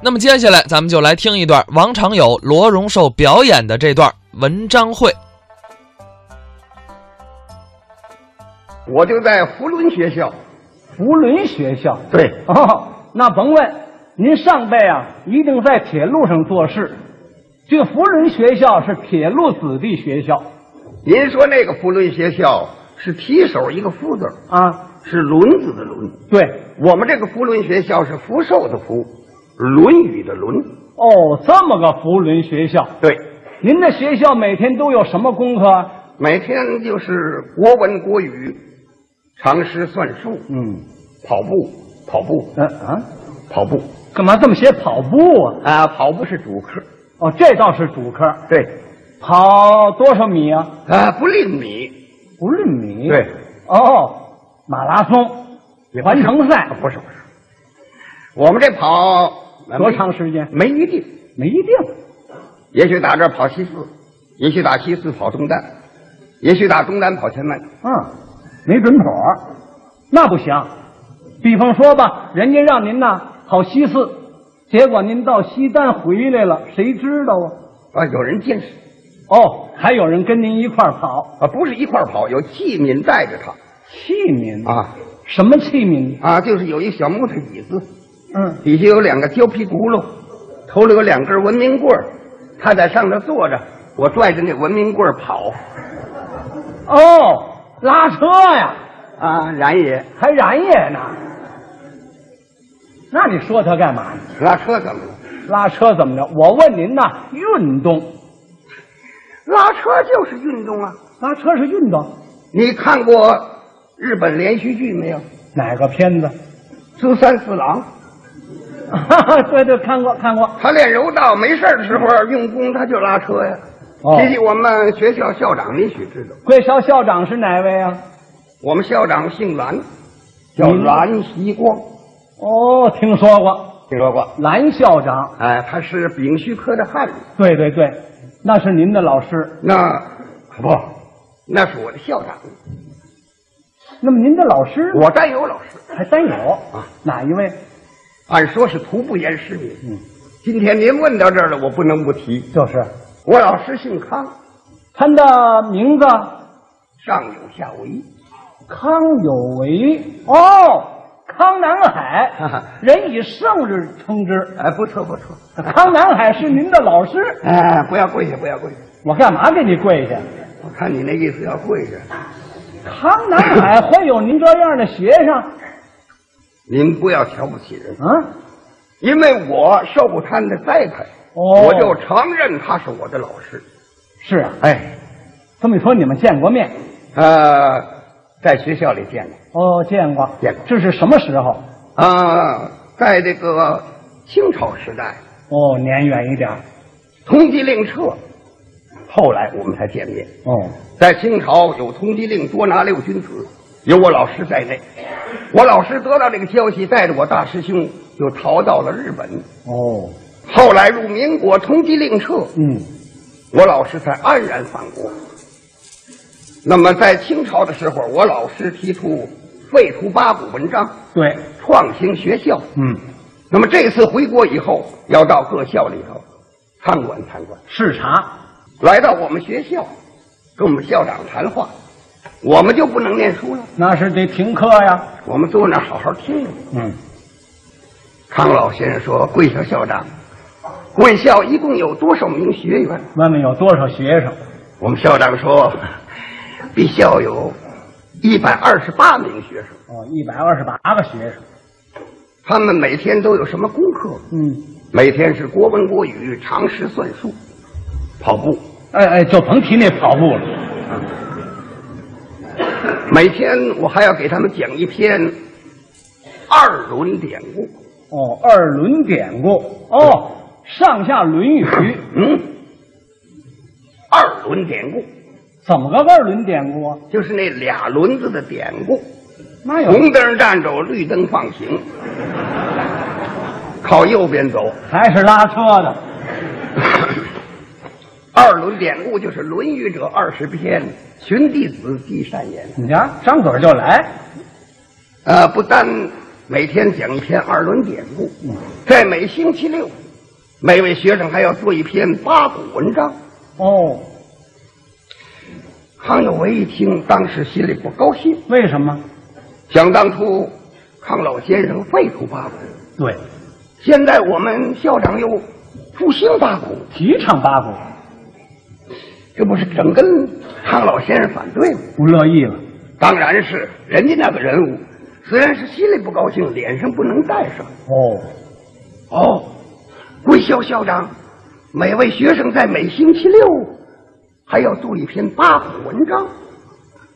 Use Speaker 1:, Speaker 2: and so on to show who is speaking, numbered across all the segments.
Speaker 1: 那么接下来咱们就来听一段王长友、罗荣寿表演的这段文章会。
Speaker 2: 我就在福伦学校，
Speaker 3: 福伦学校。
Speaker 2: 对
Speaker 3: 哦，那甭问，您上辈啊一定在铁路上做事。这福伦学校是铁路子弟学校
Speaker 2: 您说那个福伦学校是提手一个福字儿，
Speaker 3: 啊。
Speaker 2: 是轮子的轮。
Speaker 3: 对，
Speaker 2: 我们这个福伦学校是福寿的福，《论语》的论。
Speaker 3: 哦，这么个福伦学校。
Speaker 2: 对，
Speaker 3: 您的学校每天都有什么功课啊？
Speaker 2: 每天就是国文、国语、常识、算术、
Speaker 3: 嗯，
Speaker 2: 跑步、跑步、
Speaker 3: 呃啊，
Speaker 2: 跑步
Speaker 3: 干嘛这么些跑步啊？
Speaker 2: 啊！跑步是主科。
Speaker 3: 哦，这倒是主科，
Speaker 2: 对
Speaker 3: 跑多少米啊？
Speaker 2: 啊，不吝米。
Speaker 3: 不论米。
Speaker 2: 对，
Speaker 3: 哦，马拉松、
Speaker 2: 也不
Speaker 3: 环
Speaker 2: 是
Speaker 3: 城赛
Speaker 2: 啊不是不是，我们这跑
Speaker 3: 多长时间？
Speaker 2: 没一定。
Speaker 3: 没一定。
Speaker 2: 也许打这儿跑西四，也许打西四跑东单，也许打东单跑前门。
Speaker 3: 嗯，没准谱儿，那不行。比方说吧，人家让您呐跑西四，结果您到西单回来了，谁知道啊？
Speaker 2: 啊，有人监视
Speaker 3: 哦，还有人跟您一块儿跑，
Speaker 2: 啊，不是一块儿跑，有器皿带着他
Speaker 3: 器皿，
Speaker 2: 啊
Speaker 3: 什么器皿？
Speaker 2: 啊，就是有一小木头椅子，
Speaker 3: 嗯，
Speaker 2: 底下有两个胶皮轱辘，头里有两根文明棍儿，他在上头坐着，我拽着那文明棍儿跑
Speaker 3: 哦，拉车呀，
Speaker 2: 啊，然也
Speaker 3: 还燃野呢。那你说他干嘛呢？
Speaker 2: 拉车怎么了？
Speaker 3: 拉车怎么着？我问您呐，运动，
Speaker 2: 拉车就是运动啊！
Speaker 3: 拉车是运动，
Speaker 2: 你看过日本连续剧没有？
Speaker 3: 哪个片子？
Speaker 2: 朱三四郎。
Speaker 3: 对对，看过看过。
Speaker 2: 他练柔道没事儿的时候用功，他就拉车呀。
Speaker 3: 哦
Speaker 2: 提起我们学校校长，您许知道，
Speaker 3: 贵校校长是哪位啊？
Speaker 2: 我们校长姓蓝，叫蓝习光，
Speaker 3: 哦，听说过
Speaker 2: 听说过？
Speaker 3: 蓝校长，
Speaker 2: 哎，他是丙戌科的翰林。
Speaker 3: 对对对，那是您的老师。
Speaker 2: 那不，那是我的校长，
Speaker 3: 那么您的老师呢
Speaker 2: 我占有老师，
Speaker 3: 还真有
Speaker 2: 啊？
Speaker 3: 哪一位？
Speaker 2: 按说是徒不言师名。
Speaker 3: 嗯，
Speaker 2: 今天您问到这儿了，我不能不提。
Speaker 3: 就是
Speaker 2: 我老师姓康，
Speaker 3: 他的名字
Speaker 2: 上有下无一，
Speaker 3: 康有为哦，康南
Speaker 2: 哈哈
Speaker 3: 海，人以圣日称之。
Speaker 2: 哎，不错不错。
Speaker 3: 康南海是您的老师，
Speaker 2: 哎，不要跪下，不要跪下，
Speaker 3: 我干嘛给你跪下？
Speaker 2: 我看你那意思要跪下。
Speaker 3: 康南 海会有您这样的学生
Speaker 2: 您不要瞧不起人。
Speaker 3: 啊？
Speaker 2: 因为我受过他的栽培，
Speaker 3: 哦
Speaker 2: 我就承认他是我的老师。
Speaker 3: 是啊，
Speaker 2: 哎，
Speaker 3: 这么一说你们见过面？
Speaker 2: 呃，在学校里见过，
Speaker 3: 哦，见过，
Speaker 2: 见过
Speaker 3: 这是什么时候？
Speaker 2: 啊、在这个清朝时代，
Speaker 3: 哦，年远一点。
Speaker 2: 通缉令撤，后来我们才见面。
Speaker 3: 哦，
Speaker 2: 在清朝有通缉令捉拿六君子，有我老师在内。我老师得到这个消息，带着我大师兄就逃到了日本。
Speaker 3: 哦，
Speaker 2: 后来入民国，通缉令撤，
Speaker 3: 嗯，
Speaker 2: 我老师才安然返国。那么在清朝的时候，我老师提出废除八股文章，
Speaker 3: 对，
Speaker 2: 创新学校。
Speaker 3: 嗯，
Speaker 2: 那么这次回国以后，要到各校里头参观参观，
Speaker 3: 视察。
Speaker 2: 来到我们学校，跟我们校长谈话，我们就不能念书了，
Speaker 3: 那是得停课呀。
Speaker 2: 我们坐那儿好好听着。
Speaker 3: 嗯，
Speaker 2: 康老先生说：“贵校校长，贵校一共有多少名学员？”
Speaker 3: 问问有多少学生？
Speaker 2: 我们校长说，毕校有一百二十八名学生，
Speaker 3: 哦，一百二十八个学生。
Speaker 2: 他们每天都有什么功课？
Speaker 3: 嗯，
Speaker 2: 每天是国文、国语、常识、算术、跑步。
Speaker 3: 哎哎，就甭提那跑步了。
Speaker 2: 每天我还要给他们讲一篇二轮典故。
Speaker 3: 哦，二轮典故。哦，上下《论 语》
Speaker 2: 嗯，二轮典故
Speaker 3: 怎么个二轮典故啊？
Speaker 2: 就是那俩轮子的典故，
Speaker 3: 那
Speaker 2: 红灯站着，绿灯放 行，靠右边走。
Speaker 3: 还是拉车的？
Speaker 2: 二轮典故就是《论语》者二十篇，荀弟子记善言。
Speaker 3: 你瞧，张嘴就来。
Speaker 2: 呃，不单每天讲一篇二轮典故，在每星期六，每位学生还要做一篇八股文章。
Speaker 3: 哦，
Speaker 2: 康有为一听，当时心里不高兴。
Speaker 3: 为什么？
Speaker 2: 想当初，康老先生废除八股，
Speaker 3: 对，
Speaker 2: 现在我们校长又复兴八股，
Speaker 3: 提倡八股，
Speaker 2: 这不是整跟康老先生反对吗？
Speaker 3: 不乐意了。
Speaker 2: 当然是人家那个人物，虽然是心里不高兴，脸上不能带上。
Speaker 3: 哦，
Speaker 2: 哦，贵校校长，每位学生在每星期六还要做一篇八股文章。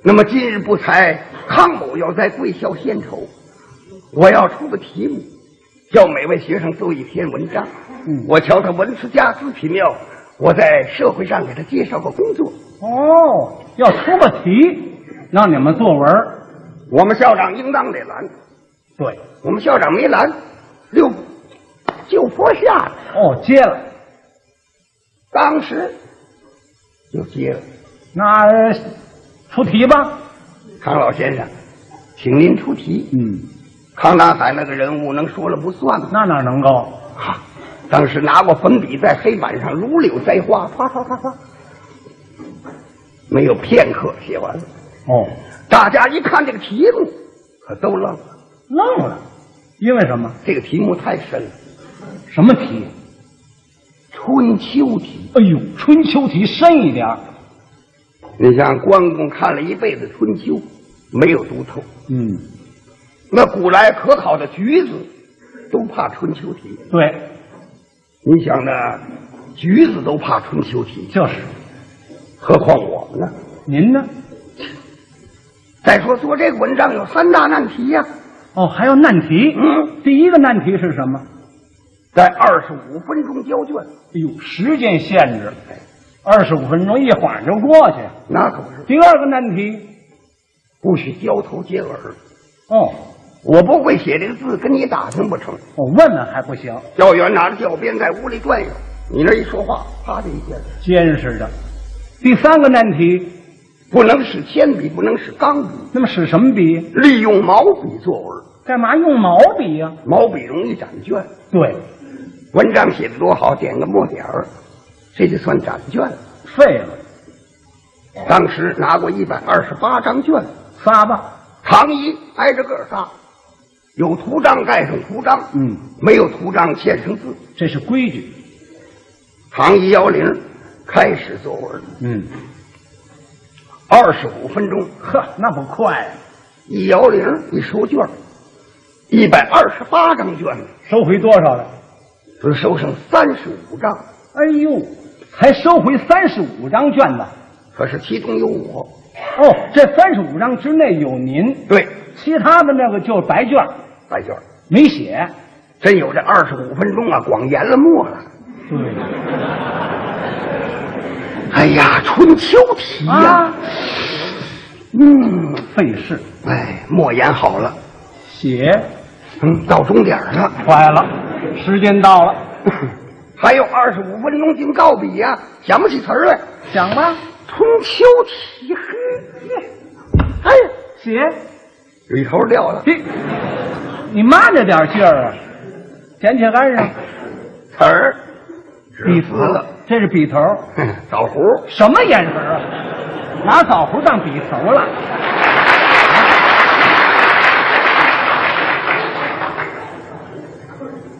Speaker 2: 那么今日不才，康某要在贵校献丑，我要出个题目，叫每位学生做一篇文章。
Speaker 3: 嗯
Speaker 2: 我瞧他文思家资品妙，我在社会上给他介绍个工作。
Speaker 3: 哦，要出个题，让你们作文儿。
Speaker 2: 我们校长应当得拦，
Speaker 3: 对，
Speaker 2: 我们校长没拦，六就坡下了。
Speaker 3: 哦，接了。
Speaker 2: 当时就接了。
Speaker 3: 那呃出题吧。
Speaker 2: 康老先生，请您出题。
Speaker 3: 嗯，
Speaker 2: 康南海那个人物能说了不算吗？
Speaker 3: 那哪能够？
Speaker 2: 哈、当时拿过粉笔在黑板上如柳栽花，啪啪啪啪，没有片刻写完了。
Speaker 3: 哦，
Speaker 2: 大家一看这个题目，可都愣了。
Speaker 3: 愣了，因为什么？
Speaker 2: 这个题目太深了，
Speaker 3: 什么题？
Speaker 2: 春秋题。
Speaker 3: 哎呦，春秋题深一点儿。
Speaker 2: 你像关公看了一辈子春秋，没有读透。
Speaker 3: 嗯，
Speaker 2: 那古来可考的举子，都怕春秋题。
Speaker 3: 对，
Speaker 2: 你想呢？橘子都怕春秋题，
Speaker 3: 就是。
Speaker 2: 何况我们呢？
Speaker 3: 您呢？
Speaker 2: 再说做这个文章有三大难题呀、
Speaker 3: 哦，还有难题。
Speaker 2: 嗯，
Speaker 3: 第一个难题是什么？
Speaker 2: 在二十五分钟交卷，
Speaker 3: 哎呦，时间限制，二十五分钟，一晃就过去。
Speaker 2: 那可是
Speaker 3: 第二个难题，
Speaker 2: 不许交头接耳。
Speaker 3: 哦，
Speaker 2: 我不会写这个字，跟你打听不成。
Speaker 3: 我问问还不行，
Speaker 2: 教员拿着教鞭在屋里转悠，你那一说话，啪的一下，
Speaker 3: 坚实着。第三个难题，
Speaker 2: 不能使铅笔，不能使钢笔，
Speaker 3: 那么使什么笔？
Speaker 2: 利用毛笔作文，
Speaker 3: 干嘛用毛笔呀、
Speaker 2: 毛笔容易展卷。
Speaker 3: 对，
Speaker 2: 文章写的多好，点个墨点儿，这就算展卷了。
Speaker 3: 废了，
Speaker 2: 当时拿过一百二十八张卷，
Speaker 3: 发吧。
Speaker 2: 唐一挨着个儿发，有图章盖上图章，
Speaker 3: 嗯，
Speaker 2: 没有图章嵌上字。
Speaker 3: 这是规矩。
Speaker 2: 唐一摇铃，开始作文，
Speaker 3: 嗯，
Speaker 2: 二十五分钟，
Speaker 3: 呵，那不快、啊，
Speaker 2: 一摇铃一收卷，一百二十八张卷子，
Speaker 3: 收回多少了？
Speaker 2: 只收上三十五张，
Speaker 3: 哎呦，才收回三十五张卷子。
Speaker 2: 可是其中有我，
Speaker 3: 哦，这三十五张之内有您，
Speaker 2: 对，
Speaker 3: 其他的那个就是白卷，
Speaker 2: 白卷儿，
Speaker 3: 没写。
Speaker 2: 真有这二十五分钟啊，光研了墨了。
Speaker 3: 对
Speaker 2: 哎呀，春秋题呀、
Speaker 3: 啊，
Speaker 2: 嗯，
Speaker 3: 费事
Speaker 2: 哎，墨研好了，
Speaker 3: 写
Speaker 2: 嗯，到终点儿了。
Speaker 3: 坏了，时间到了，
Speaker 2: 还有二十五分钟进告笔呀、想不起词儿来。
Speaker 3: 讲吧，
Speaker 2: 春秋题，嘿，哎呀，
Speaker 3: 写。
Speaker 2: 笔头掉了，
Speaker 3: 嘿，你慢着点劲儿啊，捡起来上
Speaker 2: 词儿
Speaker 3: 笔
Speaker 2: 死了。，嗯
Speaker 3: 这是笔头。
Speaker 2: 哼枣核，
Speaker 3: 什么眼神儿啊？拿枣核当笔头了？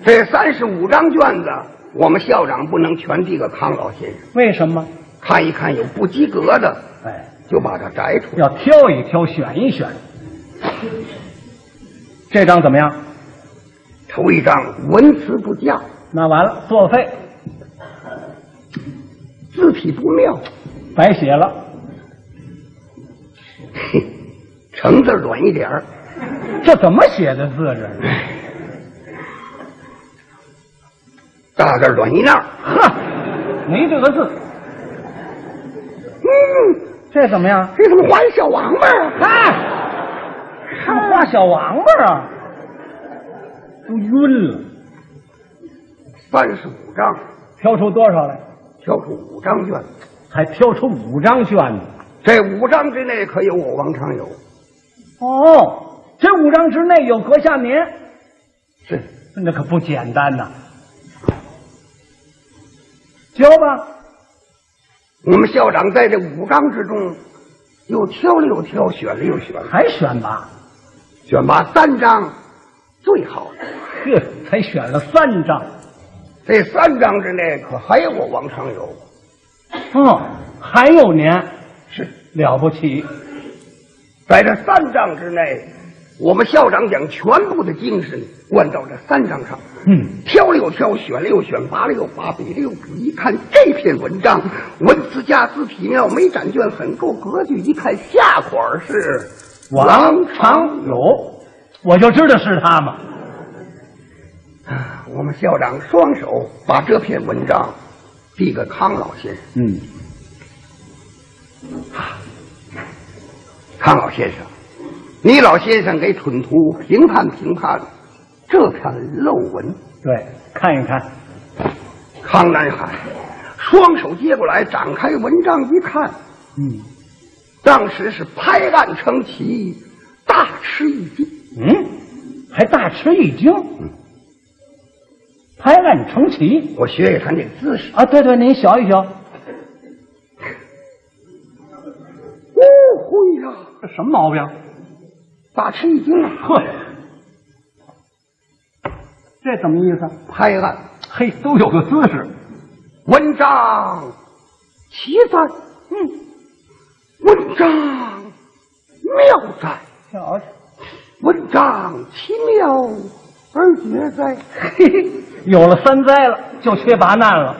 Speaker 2: 这三十五张卷子，我们校长不能全递给康老先生，
Speaker 3: 为什么？
Speaker 2: 看一看有不及格的，
Speaker 3: 哎，
Speaker 2: 就把它摘出来。
Speaker 3: 要挑一挑，选一选。这张怎么样？
Speaker 2: 头一张文辞不佳，
Speaker 3: 那完了，作废，
Speaker 2: 字体不妙，
Speaker 3: 白写了。
Speaker 2: 嘿，成字儿短一点儿。
Speaker 3: 这怎么写的字啊这 是？
Speaker 2: 大字儿短一捺儿，
Speaker 3: 呵，没这个字，
Speaker 2: 嗯，
Speaker 3: 这怎么样？
Speaker 2: 这怎么画一小王八啊？
Speaker 3: 哎，画小王八啊，都晕了。
Speaker 2: 三十五张，
Speaker 3: 挑出多少来？
Speaker 2: 挑出五张卷，
Speaker 3: 还挑出五张卷子。
Speaker 2: 这五张之内可有我王长友。
Speaker 3: 哦，这五张之内有阁下您。
Speaker 2: 是
Speaker 3: 那可不简单呐、教吧，
Speaker 2: 我们校长在这五纲之中，又挑了又挑，选了又选，
Speaker 3: 还选吧？
Speaker 2: 选拔三张最好的。
Speaker 3: 呵，才选了三张。
Speaker 2: 这三张之内，可还有我王长友。
Speaker 3: 哦，还有您，
Speaker 2: 是
Speaker 3: 了不起。
Speaker 2: 在这三张之内，我们校长将全部的精神灌到这三张上。
Speaker 3: 嗯，
Speaker 2: 挑了又挑，选了又选，拔了又拔，比了又比。一看这篇文章，文辞佳思体妙，眉展卷很够格局。一看下款是
Speaker 3: 王
Speaker 2: 长友，
Speaker 3: 有，我就知道是他嘛。
Speaker 2: 啊我们校长双手把这篇文章递给康老先生。
Speaker 3: 嗯，
Speaker 2: 康老先生，你老先生给蠢徒评判评判这篇陋文。
Speaker 3: 对，看一看，
Speaker 2: 康南海双手接过来，展开文章一看，
Speaker 3: 嗯
Speaker 2: 当时是拍案称奇，大吃一惊。
Speaker 3: 嗯，还大吃一惊。拍案称奇
Speaker 2: 我学学他那姿势，
Speaker 3: 啊！对对，您学一学，
Speaker 2: 哦，会呀，
Speaker 3: 这什么毛病？
Speaker 2: 大吃一惊啊！
Speaker 3: 呵，这怎么意思？
Speaker 2: 拍案，
Speaker 3: 嘿，都有个姿势。
Speaker 2: 文章奇哉，嗯，文章妙哉，
Speaker 3: 瞧瞧，
Speaker 2: 文章奇妙而绝哉。
Speaker 3: 嘿嘿，有了三灾了，就缺八难了。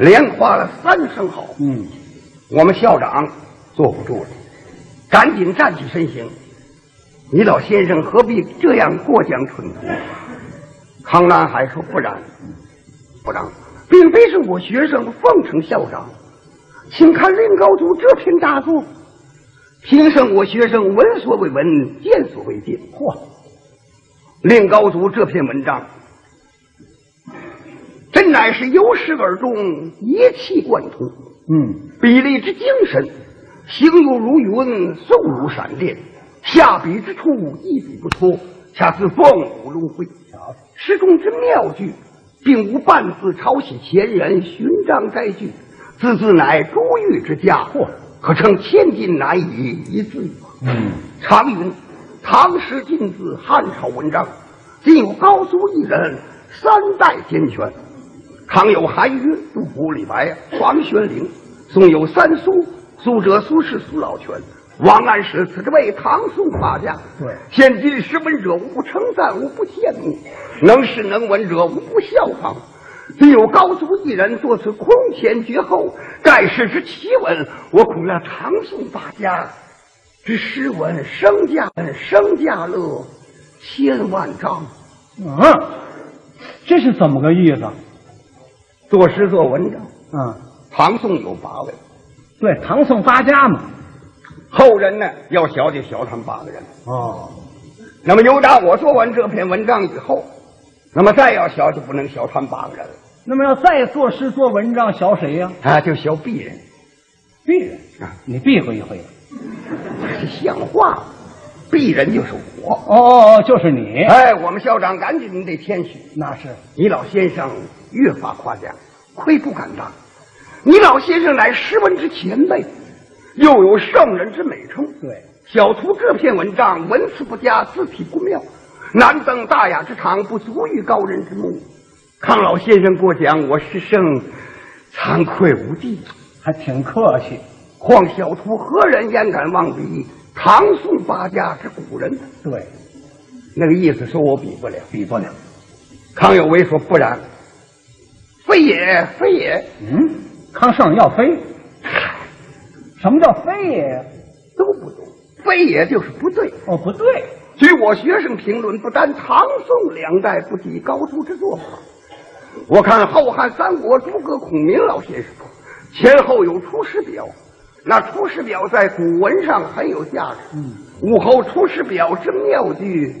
Speaker 2: 连夸了三声好，
Speaker 3: 嗯，
Speaker 2: 我们校长坐不住了，赶紧站起身形。你老先生何必这样过奖蠢徒？康南海说：“不然，不然，并非是我学生奉承校长，请看令高祖这篇大作，评审我学生闻所未闻，见所未见。
Speaker 3: 嚯，
Speaker 2: 令高祖这篇文章，真乃是由始而终，一气贯通。”
Speaker 3: 嗯，
Speaker 2: 比例之精神，行有如云，速如闪电，下笔之处一笔不脱，恰似凤舞龙飞。诗中之妙句，并无半字抄袭前人寻章摘句，字字乃珠玉之佳
Speaker 3: 嚯，
Speaker 2: 可称千金难以一字。
Speaker 3: 嗯，
Speaker 2: 常云：“唐诗晋字，汉朝文章，今有高苏一人，三代兼全。唐有韩愈、杜甫、李白、黄玄龄；宋有三苏，苏辙、苏轼、苏老泉、王安石，此之谓唐宋八家。
Speaker 3: 对
Speaker 2: 现今诗文者，无不称赞，无不羡慕；能诗能文者，无不效仿。”今有高足一人作此空前绝后，盖世之奇文，我恐让唐宋八家之诗文生价生价乐，千万张。
Speaker 3: 嗯，这是怎么个意思？
Speaker 2: 作诗作文章，
Speaker 3: 嗯，
Speaker 2: 唐宋有八位，
Speaker 3: 对，唐宋八家嘛。
Speaker 2: 后人呢要学就学他们八个人。
Speaker 3: 哦，
Speaker 2: 那么由打我做完这篇文章以后，那么再要学就不能学他们八个人了，
Speaker 3: 那么要再作诗做文章，学谁呀、
Speaker 2: 啊，就学鄙人
Speaker 3: 避人
Speaker 2: 啊，
Speaker 3: 你避讳一回。
Speaker 2: 这像话吗？鄙人就是我。
Speaker 3: 哦哦哦，就是你，
Speaker 2: 哎，我们校长赶紧你得谦虚，
Speaker 3: 那是
Speaker 2: 你老先生越发夸奖，愧不敢当。你老先生乃诗文之前辈，又有圣人之美称。
Speaker 3: 对，
Speaker 2: 小徒这篇文章文辞不佳，字体不妙，难登大雅之堂，不足与高人之目。康老先生过奖，我师生惭愧无地。
Speaker 3: 还挺客气。
Speaker 2: 况小徒何人焉敢妄比唐宋八家之古人？
Speaker 3: 对，
Speaker 2: 那个意思说我比不了。
Speaker 3: 比不了。
Speaker 2: 康有为说不然，非也非也，
Speaker 3: 嗯，康圣要飞，什么叫飞也？
Speaker 2: 都不懂，非也就是不对。
Speaker 3: 哦，不对，
Speaker 2: 据我学生评论，不单唐宋两代不及高祖之作法，我看后汉三国诸葛孔明老先生前后有《出师表》，那《出师表》在古文上很有价值。嗯，武侯《出师表》之妙句，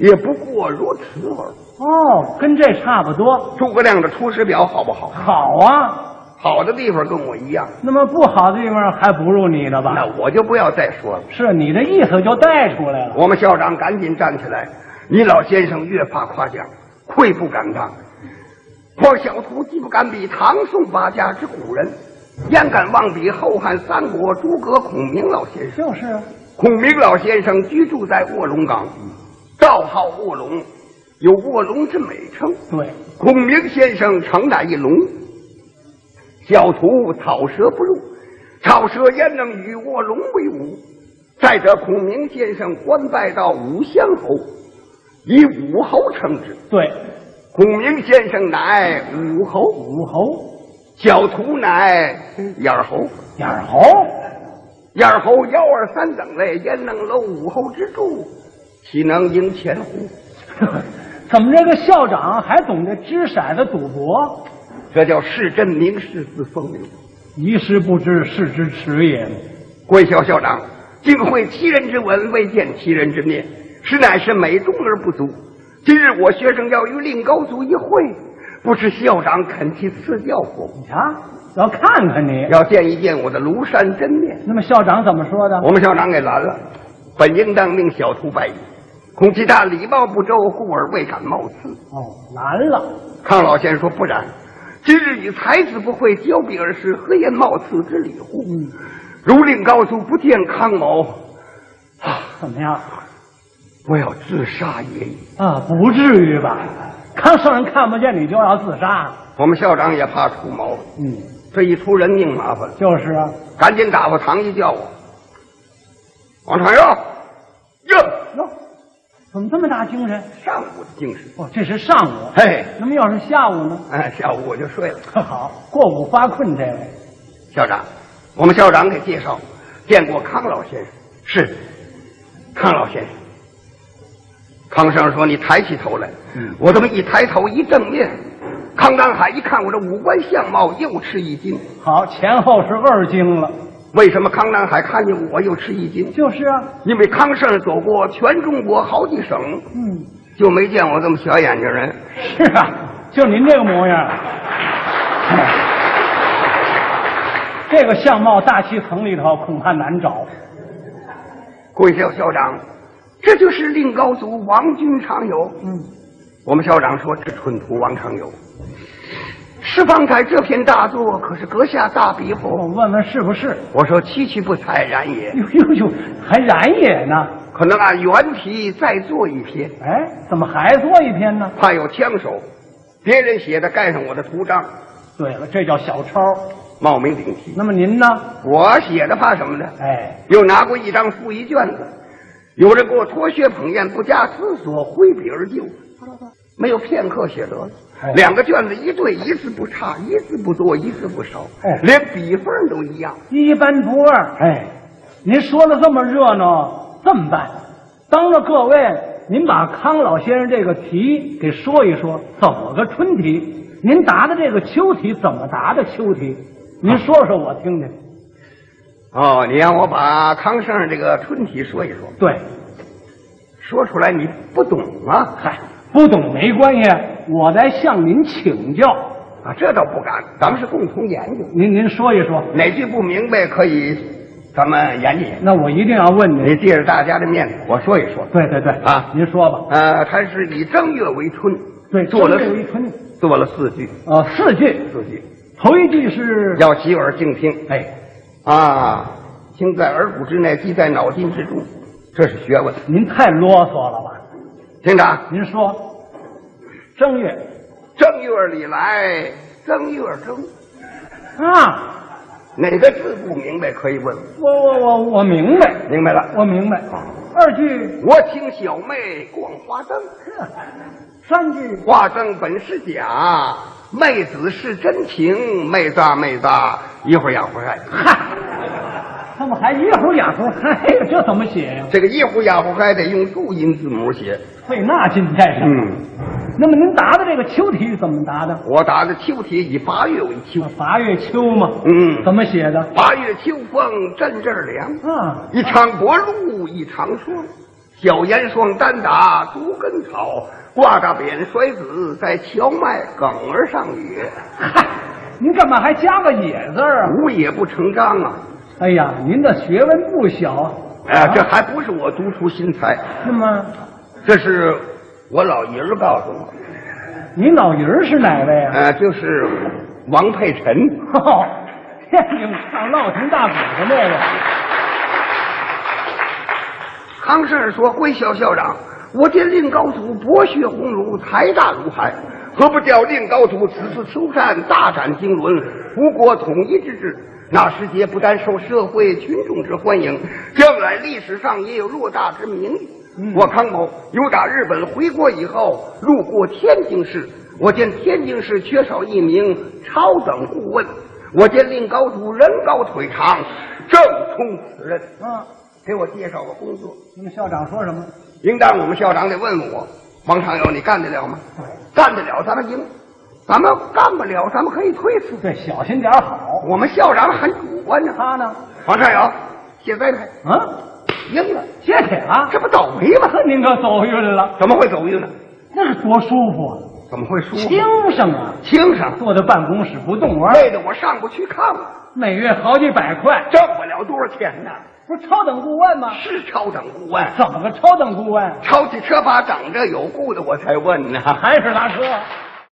Speaker 2: 也不过如此耳。
Speaker 3: 哦，跟这差不多。
Speaker 2: 诸葛亮的《出师表》好不好？
Speaker 3: 好啊，
Speaker 2: 好的地方跟我一样，
Speaker 3: 那么不好的地方还不如你的吧？
Speaker 2: 那我就不要再说了。
Speaker 3: 是你的意思就带出来了。
Speaker 2: 我们校长赶紧站起来，你老先生越发夸奖，愧不敢当。况小徒既不敢比唐宋八家之古人，焉敢妄比后汉三国诸葛孔明老先生？
Speaker 3: 就是啊，
Speaker 2: 孔明老先生居住在卧龙岗，道号卧龙，有卧龙之美称。
Speaker 3: 对，
Speaker 2: 孔明先生常打一龙，小徒草蛇不入，草蛇焉能与卧龙为伍？再者，孔明先生官拜到武乡侯，以武侯称之。
Speaker 3: 对，
Speaker 2: 孔明先生乃武侯，
Speaker 3: 武侯、
Speaker 2: 小徒乃眼儿侯。
Speaker 3: 眼儿侯，
Speaker 2: 燕儿侯幺二三等类，焉能搂武侯之柱？岂能赢钱乎？
Speaker 3: 怎么这个校长还懂得掷骰子赌博？
Speaker 2: 这叫是真名，是自风流。
Speaker 3: 一事不知，是知耻也。
Speaker 2: 贵校校长，竟会其人之文，未见其人之面，实乃是美中而不足。今日我学生要与令高足一会，不知校长肯去赐教否？
Speaker 3: 你瞧，要看看你。
Speaker 2: 要见一见我的庐山真面。
Speaker 3: 那么校长怎么说的？
Speaker 2: 我们校长给拦了，本应当命小徒拜矣，恐其他礼貌不周，故而未敢冒刺。
Speaker 3: 哦，难了。
Speaker 2: 康老先生说：“不然，今日以才子不会交臂而失，何言冒此之理乎？
Speaker 3: 嗯，
Speaker 2: 如令高祖不见康某，啊，
Speaker 3: 怎么样？
Speaker 2: 我要自杀也已。
Speaker 3: 啊，不至于吧？看圣人看不见你就要自杀？”
Speaker 2: 我们校长也怕出毛，
Speaker 3: 嗯，
Speaker 2: 这一出人命麻烦了，
Speaker 3: 就是啊。
Speaker 2: 赶紧打发堂一叫我，王长友，哟，
Speaker 3: 哟，怎么这么大精神？
Speaker 2: 上午的精神，
Speaker 3: 哦，这是上午。
Speaker 2: 嘿，
Speaker 3: 那么要是下午呢？
Speaker 2: 哎，下午我就睡了。
Speaker 3: 好，过午发困这位。
Speaker 2: 校长，我们校长给介绍，见过康老先生。是，康老先生。康先生说：“你抬起头来。”我这么一抬头，一正面，康当海一看我这五官相貌，又吃一惊。
Speaker 3: 好，前后是二经了。
Speaker 2: 为什么康当海看见我又吃一惊？
Speaker 3: 就是啊，
Speaker 2: 因为康盛走过全中国好几省，
Speaker 3: 嗯，
Speaker 2: 就没见我这么小眼睛人。
Speaker 3: 是啊，就您这个模样，这个相貌大气层里头恐怕难找。
Speaker 2: 贵校校长，这就是令高祖王君常有。
Speaker 3: 嗯，
Speaker 2: 我们校长说：“这蠢徒王常有，石方才这篇大作可是阁下大笔
Speaker 3: 我
Speaker 2: 否
Speaker 3: 问问是不是？？”哎
Speaker 2: 我说：“区区不才，然也。
Speaker 3: 呦呦呦，还然也呢？
Speaker 2: 可能按原题再做一篇，
Speaker 3: 哎，怎么还做一篇呢？
Speaker 2: 怕有枪手，别人写的盖上我的图章，
Speaker 3: 对了，这叫小抄。
Speaker 2: 冒名顶替。
Speaker 3: 那么您呢？
Speaker 2: 我写的怕什么呢？
Speaker 3: 哎，
Speaker 2: 又拿过一张复议卷子，有人给我脱靴捧砚，不加思索，挥笔而就，没有片刻写得了
Speaker 3: 哎。
Speaker 2: 两个卷子一对，一字不差，一字不多，一字不少
Speaker 3: 哎，
Speaker 2: 连笔锋都一样。
Speaker 3: 一般不二。哎，您说的这么热闹，这么办？当着各位，您把康老先生这个题给说一说，怎么个春题？您答的这个秋题怎么答的秋题？您说说我听听。
Speaker 2: 哦，你让我把康圣这个春题说一说，
Speaker 3: 对，
Speaker 2: 说出来你不懂啊
Speaker 3: 嗨，不懂没关系，我来向您请教。
Speaker 2: 啊，这倒不敢，咱们是共同研究，
Speaker 3: 您您说一说，
Speaker 2: 哪句不明白可以咱们研究研究。
Speaker 3: 那我一定要问您。
Speaker 2: 你借着大家的面子，我说一说。
Speaker 3: 对对对，
Speaker 2: 啊
Speaker 3: 您说吧。
Speaker 2: 呃，它是以正月为春，
Speaker 3: 对，
Speaker 2: 做了
Speaker 3: 这有一春，
Speaker 2: 做了四句，
Speaker 3: 呃，四句，
Speaker 2: 四句。
Speaker 3: 头一句是
Speaker 2: 要洗耳静听
Speaker 3: 哎，
Speaker 2: 啊，听在耳骨之内，记在脑筋之中，这是学问。
Speaker 3: 您太啰嗦了吧？
Speaker 2: 听着啊，
Speaker 3: 您说，正月
Speaker 2: 正月里来正月中，
Speaker 3: 啊，
Speaker 2: 哪个字不明白可以问我，
Speaker 3: 我我我我明白，
Speaker 2: 明白了。
Speaker 3: 我明白。二句，
Speaker 2: 我请小妹逛花灯，
Speaker 3: 三句，
Speaker 2: 花灯本是假，妹子是真情，妹子啊妹子啊，一会儿养活嗨。
Speaker 3: 嗨，怎么还一壶两壶？嗨，这怎么写呀？
Speaker 2: 这个一会儿养活嗨得用注音字母写。
Speaker 3: 费那劲干什么？
Speaker 2: 嗯，
Speaker 3: 那么您答的这个秋题怎么答的？
Speaker 2: 我打的秋题以八月为秋，
Speaker 3: 八月秋嘛，
Speaker 2: 嗯
Speaker 3: 怎么写的？
Speaker 2: 八月秋风阵阵凉。
Speaker 3: 啊，
Speaker 2: 一场薄露一场霜，小檐霜单打独根草，挂大扁摔子在荞麦梗儿上野。
Speaker 3: 嗨，您干嘛还加个野字儿啊？
Speaker 2: 无也不成章啊！
Speaker 3: 哎呀，您的学问不小啊。
Speaker 2: 哎，这还不是我独出心裁，
Speaker 3: 那么，
Speaker 2: 这是我老爷儿告诉我，
Speaker 3: 你老爷儿是哪位啊？
Speaker 2: 呃，就是王佩臣。
Speaker 3: 哦，
Speaker 2: 哎
Speaker 3: 你们唱闹亭大鼓的那个。
Speaker 2: 康圣说：“归校校长，我见令高祖博学鸿儒，才大如海，何不调令高祖此次秋战，大展经纶，吴国统一之志？那时节不单受社会群众之欢迎，将来历史上也有偌大之名誉。我康某由打日本回国以后，路过天津市，我见天津市缺少一名超等顾问，我见令高祖人高腿长，正冲此任。”
Speaker 3: 啊，
Speaker 2: 给我介绍个工作。
Speaker 3: 你们校长说什么？
Speaker 2: 应当我们校长得问问我，王长友，你干得了吗？干得了，咱们赢；咱们干不了，咱们可以推辞。
Speaker 3: 对，小心点儿好。
Speaker 2: 我们校长很主观呢。
Speaker 3: 他呢？
Speaker 2: 王长友，写栽培，
Speaker 3: 啊，
Speaker 2: 赢了，
Speaker 3: 歇铁了。
Speaker 2: 这不倒霉吗？
Speaker 3: 呵，您可走运了，
Speaker 2: 啊怎么会走运呢？
Speaker 3: 那是多舒服啊！
Speaker 2: 怎么会输？
Speaker 3: 轻省啊，
Speaker 2: 轻省，
Speaker 3: 坐在办公室不动玩，
Speaker 2: 累得我上不去炕了，
Speaker 3: 每月好几百块，
Speaker 2: 挣不了多少钱呢。
Speaker 3: 不是超等顾问吗？
Speaker 2: 是超等顾问，
Speaker 3: 怎么个超等顾问？
Speaker 2: 抄起车把长着有故的我才问呢。
Speaker 3: 还是他说，